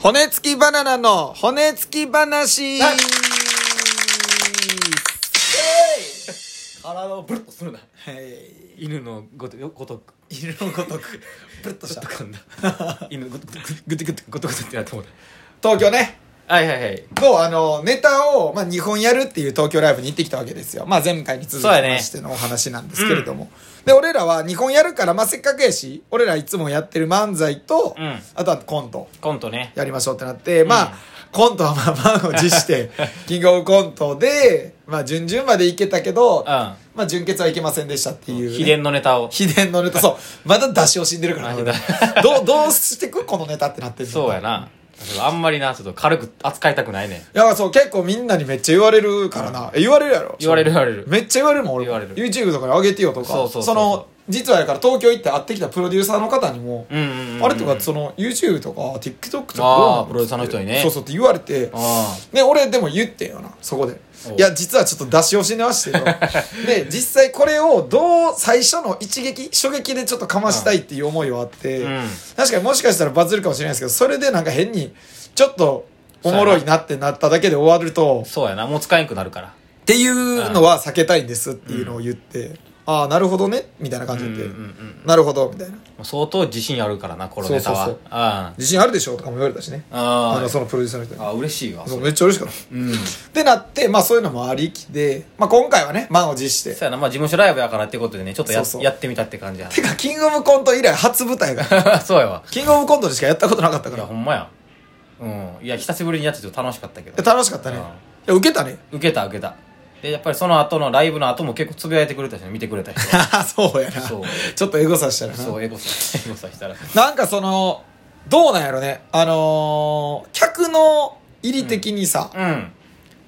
骨付きバナナの骨付き話はい体をブルッとするなはい犬のごとごとく犬のごとくプルッとし ちょたっと噛んだ犬ごとくぐってぐってごとくってなってもう東京ねたはいはいはいどうあのネタを、まあ、2本やるっていう東京ライブに行ってきたわけですよ、まあ、前回に続きそうやねましてのお話なんですけれども、で俺らは2本やるから、まあ、せっかくやし俺らいつもやってる漫才と、うんあとはコントコントねやりましょうってなって、まあコントはまあ満を持して キングオブコントで、まあ、準々までいけたけど、んまあ、準決はいけませんでしたっていうね、秘伝のネタを秘伝のネタそうまだ出し惜しんでるからなま俺だどうどうしてくこのネタってなってるそうやなあんまりなちょっと軽く扱いたくないねいや、そう、結構みんなにめっちゃ言われるからな。え言われるやろ言われる言われるめっちゃ言われるもん、俺も。言われる YouTube とかに上げてよとか。そうそうそうそうの、実はやから東京行って会ってきたプロデューサーの方にも、うんうんうんうんあれとか、その、YouTube とか TikTok とかどうなあのープロデューサーの人にねそうそうって言われて、あね、俺でも言ってんよな、そこでお。いや、実はちょっと出し惜しんでまして よ。で、実際これをどう最初の一撃、初撃でちょっとかましたいっていう思いはあって、うん確かにもしかしたらバズるかもしれないですけど、それでなんか変に、ちょっと、おもろいなってなっただけで終わると、そうやなもう使えんくなるからっていうのは避けたいんですっていうのを言って、ああ、なるほどね、みたいな感じで、うんうんうんなるほど、みたいな。相相当自信あるからなこのネタはそううそうんあ自信あるでしょうとかも言われたしね。あの、あそのプロデューサーの人に。あ嬉しいわそうそめっちゃ嬉しかった。っうんてなって、まあそういうのもありきで、まあ今回はね、満を持して。そうやなまあ事務所ライブやからってことでねちょっとやそうそうやってみたって感じやてか、キングオブコント以来初舞台が、 な そうやわキングオブコントでしかやったことなかったかいやら。ほんまやうんいや久しぶりにやってちょっと楽しかったけどで楽しかったね。ういや、ん受けたね。受けた受けたでやっぱりその後のライブの後も結構つぶやいてくれたしね見てくれた人 そうやな。そうちょっとエゴさしたらな。そうエゴさ エゴさしたらなんかその、どうなんやろね。あのー客の入り的にさ、うん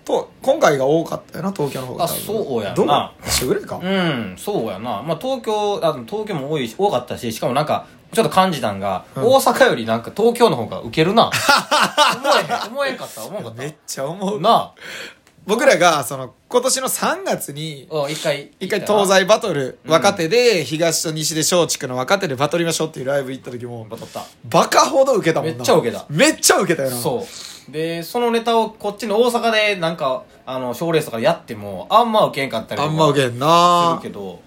と今回が多かったよな東京の方があそうやなどう一緒ぐらいか、うんそうやなまあ東京あ東京も多いし多かったししかもなんかちょっと感じたんが、うん大阪よりなんか東京の方がウケるな思えへん思えんかった思わんかっためっちゃ思うな僕らがその今年の3月にあうん一回一回東西西バトル若手で、東と西で松竹の若手でバトりましょうっていうライブ行った時もバトったバカほど受けたもんなめっちゃ受けためっちゃ受けたよなそうでそのネタをこっちの大阪でなんかあの賞レースとかでやってもあんま受けんかったりとあかんま受けんなするけど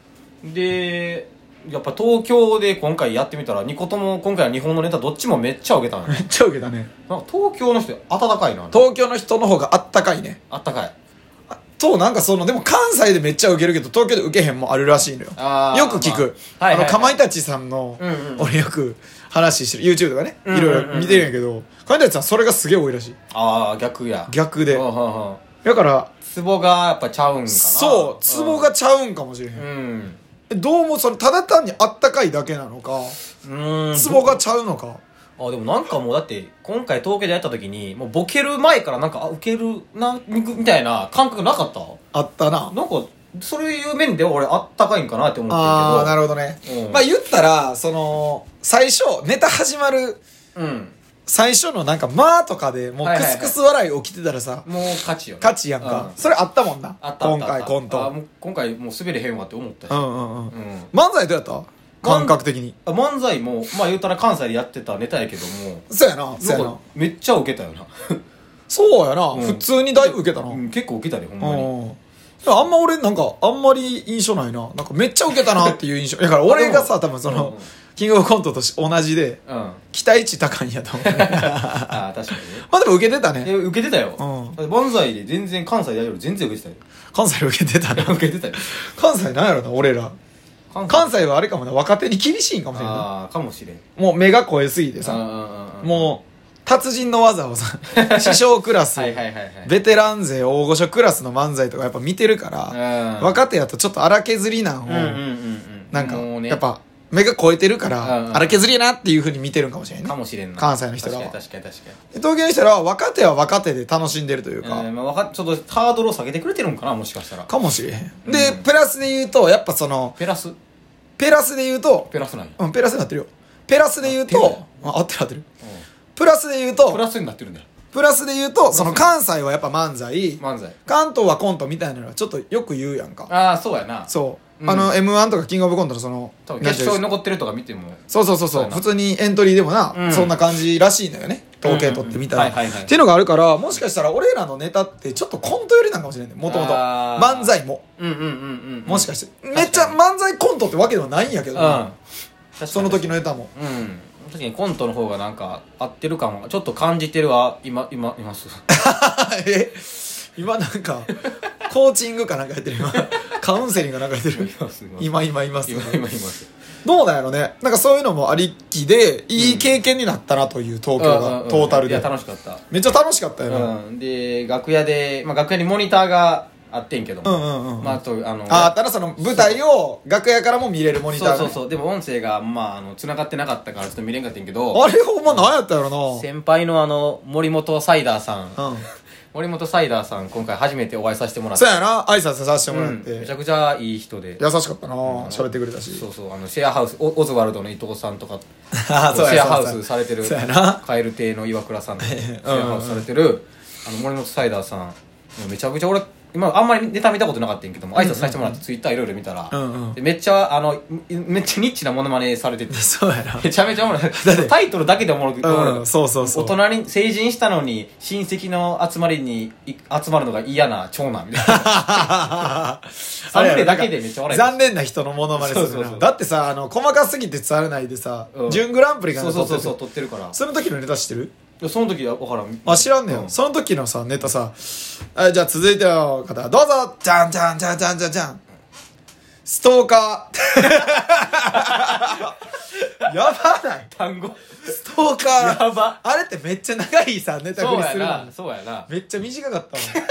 でやっぱ東京で今回やってみたら2個とも今回は日本のネタどっちもめっちゃ受けたのよめっちゃ受けたねなんか東京の人温かいな東京の人の方があったかいねあったかいあとなんかそのでも関西でめっちゃ受けるけど東京で受けへんもあるらしいのよあーよく聞く、まあはいはいはいあのかまいたちさんの、うんうん俺よく話してる YouTube とかねうんういんうんろいろ見てるんやけど、かまいたちさんそれがすげえ多いらしいああ逆や逆で、うんうんうんだからツボがやっぱちゃうんかなそうツボがちゃうんかもしれへんう、んえどうもそのただ単にあったかいだけなのかうんツボがちゃうのかあでもなんかもうだって今回東京でやった時にもうボケる前からなんかあウケるなみみたいな感覚なかったあったななんかそういう面では俺あったかいんかなって思ってるけどああなるほどね、うんまあ言ったらその最初ネタ始まるうん最初のなんか「まあ」とかでもうはいクはいはいスクス笑い起きてたらさ、もう勝ちよね価値やんか、うんそれあったもんなあったあっ今たあっ回たコンあトもう今回もう滑れへんわって思ったしう、んうんうんうん漫才どうやった感覚的にあ漫才もまあ言うたら関西でやってたネタやけどもそうやなそうやなんなかめっちゃウケたよなそうやな、うん普通にだいぶ受けたな、ううんん結構ウケたでほんまにでもあんま俺なんかあんまり印象ないななんかめっちゃ受けたなっていう 印象だから俺がさ多分その、うんうんキングオブコントとし同じでうんあ期待値高いんやと思う まあ確かにねあでも受けてたえね受けてたよ、うんだって漫才で全然関西でやるよ り全然受けて関西で受けてたたなよ受けてたよ関西なんやろな俺ら関関西はあれかもな若手に厳しいんかもしれんなああかもしれんいもう目が超えすぎてさあーもう、達人の技をさ、 師匠クラス、はいはいはいはいベテラン勢、大御所クラスの漫才とかやっぱ見てるから、うん若手やとちょっと荒削りなんを、うんうんうんうんなんか、もうねやっぱ、目が超えてるから、うん荒削りやなっていう風に見てるんかもしれなかい、ね。もしれんな関西の人らは確かに確かに確かにで東京の人らは若手は若手で楽しんでるというか、うんまあ、わかちょっとハードルを下げてくれてるんかなもしかしたらかもしれへん。で、プラスで言うと、やっぱその、ペラスペラスで言うと、ペラスなんや、うん、ペラスになってるよ。ペラスで言う合ってると、あ合ってる合ってる。プラスで言うとプ、ラスになってるんだよプラスで言うと、その関西はやっぱ漫才、漫才関東はコントみたいなのはちょっとよく言うやんかああそうやなそう、うんあの m 1とかキングオブコントのその多分なん決てい勝うにの残ってるとか見てもそうそうそうそそううやな普通にエントリーでもな、うんそんな感じらしいのよね統計取ってみたうんら。うんはいはいはいっていうのがあるから、もしかしたら俺らのネタってちょっとコントよりなんかもしれないもともと。あー漫才も。うんうんうんうんもしかしてて。めっちゃ漫才コントってわけではないんやけうんど確かな、にその時のネタも。うん確かにコントの方がなんか合ってる感はちょっと感じてるわ今今います え今なんか、コーチングかなんかやってる 今。カウンセリングかなんかやってる。今今今います、今今いますどうなんやろねなんかそういうのもありきでいい経験になったなという東京うんうんがうんトータルいでや楽しかっためっちゃ楽しかったよな、うんで楽屋でまあ楽屋にモニターがあってんけどもうんうんうんまああとあのああったらその舞台を楽屋からも見れるモニターそうねそうそうでも音声がまああの繋がってなかったからちょっと見れんかったんやけどあれほんま何やったやろな先輩のあの森本サイダーさんうん森本サイダーさん今回初めてお会いさせてもらってそうやな挨拶させてもらっうんめちてゃくちゃいい人で優しかったな喋ってくれた しそうそうあのシェアハウスオオズワルドの伊藤さんとかあーそうシェやアハウそうスやされてるそうやなカエル亭の岩倉さんと かシェアハウスされてるあの森本サイダーさんもうめちゃくちゃ俺今あんまりネタ見たことなかったんやけども挨拶させてもらってツイッターいろいろ見たら、うんうんでめっちゃあのめっちゃニッチなモノマネされててそうや なめちゃめちゃおもろいってタイトルだけでおもろく、おもろいうんそうそうそう 大人に成人したのに親戚の集まりにい集まるのが嫌な長男みたいなサムネだけでめっちゃ笑い残念な人のモノマネすそうるそうそなうだってさあの細かすぎて伝わらないでさうん準グランプリかそなうんか撮そっうてそてうそう撮ってるからその時のネタ知ってるいやその時は分からんあ、知らんねよ、うその時のさ、ネタさ、あじゃあ続いての方、どうぞじゃんじゃんじゃんじゃんじゃんじゃん。ストーカ ー。やばない。単語ストーカー。やばあれってめっちゃ長いさ、ネタそ振うりやするのなに。そうやなめっちゃ短かったもん。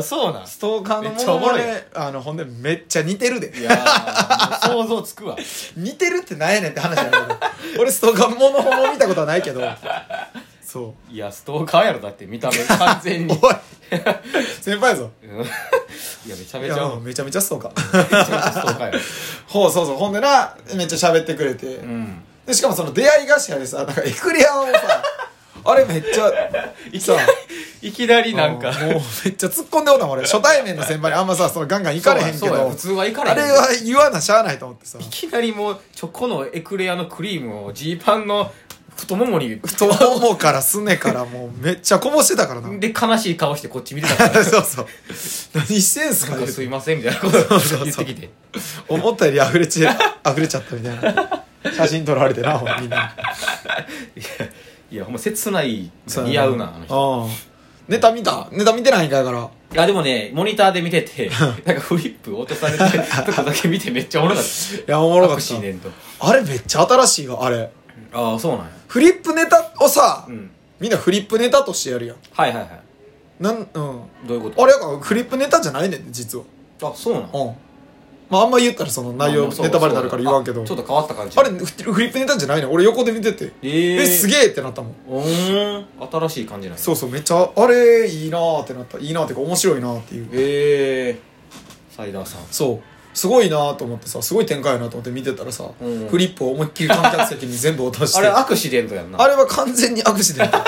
あそうなんストーカーのめっちゃおもものろいね、あの、ほんでめっちゃ似てるで。いやーもう想像つくわ似てるってなんやねんって話だけど。 俺ストーカーものほど見たことはないけど。 そう。いやストーカーやろだって見た目完全おにい先輩やぞ。うんいやめちゃいめちゃや、めめちゃめちゃストーカー。ちゃめちゃストーカーやろほうそうそうほんでなめっちゃ喋ってくれて、うんでしかもその出会い頭でさなんかエクレアを さあれめっちゃいきさなりいきなりなんかあのもうめっちゃ突っ込んでおったもん 俺初対面の先輩にあんまさそのガンガン行かれへんけそうやそうやど普通は行かれへあんけれどは言わなしゃあないと思ってさいきなりもうチョコのエクレアのクリームをジーパンの太ももに太ももからすねからもうめっちゃこぼしてたからな で悲しい顔してこっち見てたからそうそう何してんすかなんか言うすていませんみたいなことうそうそう言ってきて思ったより溢れち溢れちゃったみたいな写真撮られてなほらみんないやほんま切ないそうや似合うなあの人うんネタ見たネタ見てないんかやからいやでもねモニターで見 ててなんかフリップ落とされてるとこだけ見てめっちゃおもろかっ たいやおもろかアクっシたデントあれめっちゃ新しいわあれああそうなんやフリップネタをさ、うんみんなフリップネタとしてやるやんはいはいはいなんうんどういうことあれやからフリップネタじゃないねん実はあそうなんうんまああんま言ったらその内容まあまあそうネタバレになるから言わんけどああちょっと変わった感じれフフリップネタじゃないねん俺横で見ててええー、すげえってなったもんおーん新しい感じなんやそうそうめっちゃあれいいなーってなったいいなーっていうか面白いなーっていうええー、サイダーさんそうすごいなーと思ってさすごい展開やなと思って見てたらさ、うんフリップを思いっきり観客席に全部落としてあれアクシデントやんなあれは完全にアクシデント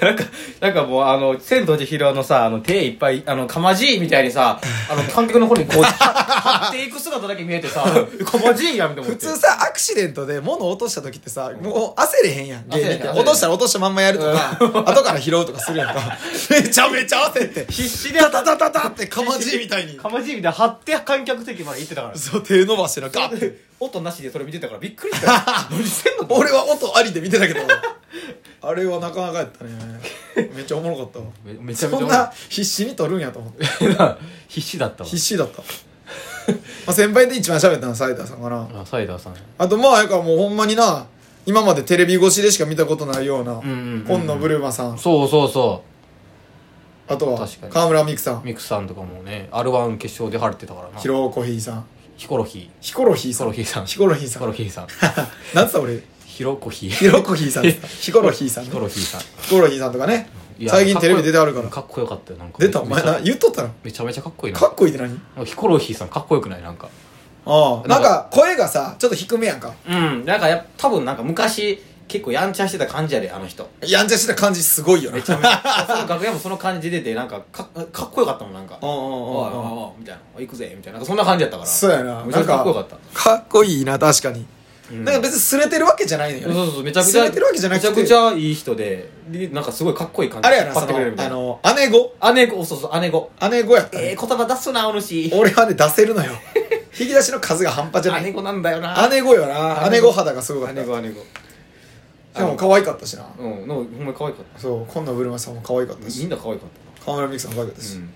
なんか、なんかもうあの、千と千尋のさ、あの、手いっぱい、あの、かまじいみたいに さ、あの、観客の方にこう、張っていく姿だけ見えて さ、かまじいやんって思っ普て。通さアクシデントで物落とした時ってさ、もう焦れへんやん芸人っ焦てれへん落としたら落としたまんまやるとか、後から拾うとかするやんかめちゃめちゃ焦って必死で、タタタタタってかまじいみたいにかまじいみたいに張って観客席まで行ってたから。そう手伸ばしてなガッて音なしでそれ見てたからびっくりしたよ。何してんの俺は音ありで見てたけどあれはなかなかやったねめっちゃおもろかったわ めめちゃめちゃそんな必死に撮るんやと思って必死だったわ必。死だったまあ先輩で一番喋ったのはサイダーさんかなあサイダーさん。あとまあやからもうほんまにな今までテレビ越しでしか見たことないようなうんうんうん今野ブルマさんそうそうそあとは確かに川村美空さう。んミクさんとかもね、R1 決勝で晴れてたからな。ヒロコヒーさんヒコロヒヒコロヒーー。ヒさコロんヒーさん。ヒコロヒーヒさコロんヒーさん。なんつった俺ヒロコヒー。ヒロコヒーさんですかヒコロヒーさんヒねコロヒーさん。ヒコロヒーさんとかねいや最近テレビ出てあるからかっこよかったよなんか出たお前なめち言っとったのゃめちゃめちゃかっこいいなかっこいいって何なんかヒコロヒーさんかっこよくないなんかああななんかんか声がさちょっと低めやんかうんなんかやっ多分なんか昔結構やんちゃしてた感じやであ の人やんちゃしてた感じすごいよねめちゃめちゃその楽屋もその感じでてなんかかかっこよかったもんなん かうんうんおいうんうんおいおいみたいなおい行くぜみたいななんかそんな感じやったからそうやなめちゃめちゃかっこよかったかっこいいな確かにだから別にすれてるわけじゃないのよそねうそうそうめちゃくちゃ拗ねてるわけじゃなくてめちゃくちゃいい人ででなんかすごいかっこいい感じあれやな引っ張そってくれるみたいなのあの姉子姉子そうそう姉子姉子やったねええ言葉出すなお主俺はね出せるのよ引き出しの数が半端じゃない姉子なんだよな姉子よな姉子肌がすごかった姉子姉子しかも可愛かったしなうんのほんまに可愛かったそう今野ぶるまさんも可愛かったみしんな可愛かっ河村美樹さんも可愛かったたし、なうん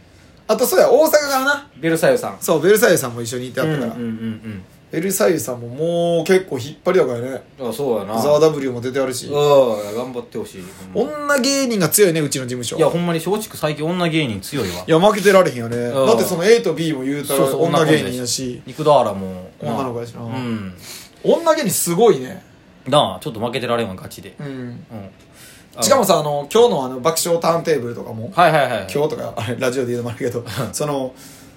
あとそうや大阪からなベルサイユさんそうベルサイユさんも一緒にいてあったから、うんうんベルサイユさんももう結構引っ張りだからねうんあそうやなザ・ダブリューも出てあるし、うん頑張ってほしいほんま女芸人が強いねうちの事務所いやほんまに松竹最近女芸人強いわいや負けてられへんよねうんだってその A と B も言うたらそうそう女芸人やし肉だらも女の子やしなうん女芸人すごいねなあちょっと負けてられんわガチでうんうんしかもさあの今日のあの爆笑ターンテーブルとかもはいはいはい今日とかあれラジオで言うのもあるけどその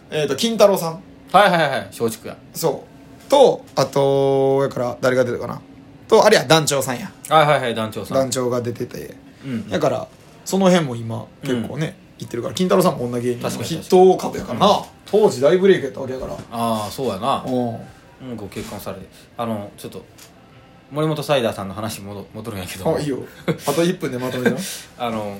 えっ、と金太郎さんはいはいはい松竹やそうとあとやから誰が出てるかなとあれや団長さんやはいはいはい団長さん団長が出ててうんだからその辺も今結構ね、言ってるから金太郎さんも女芸人確かのに筆頭株やからな当時大ブレイクやった俺やからああそうやなうんうんご結婚されてあのちょっと森本サイダーさんの話戻戻るんやけどあいいよ あと1分でまとめなあの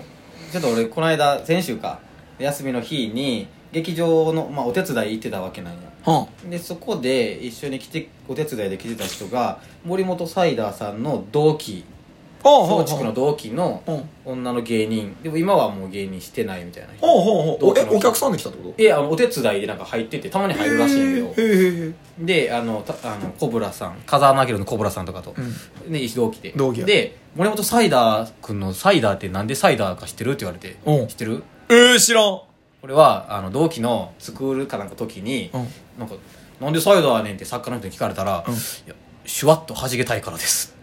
ちょっと俺この間先週か休みの日に劇場の、まあ、お手伝い行ってたわけなんやはでそこで一緒に来てお手伝いで来てた人が森本サイダーさんの同期あはあはあ松竹の同期のうん女の芸人でも今はもう芸人してないみたいな人ほうほうほう同期えの人お客さんで来たってこといやあのお手伝いでなんか入っててたまに入るらしいんだけへえへえへえどであのたあのコブラさん風穴明のコブラさんとかと、うんで一同期で同期やで森本サイダー君のサイダーってなんでサイダーか知ってるって言われて、うん知ってるえー、知らん、俺はあの同期のスクールかなんか時に、うん、なんかなんでサイダーやねんって作家の人に聞かれたら、うんいやシュワッと弾けたいからです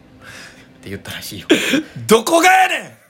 って言ったらしいよどこがやねん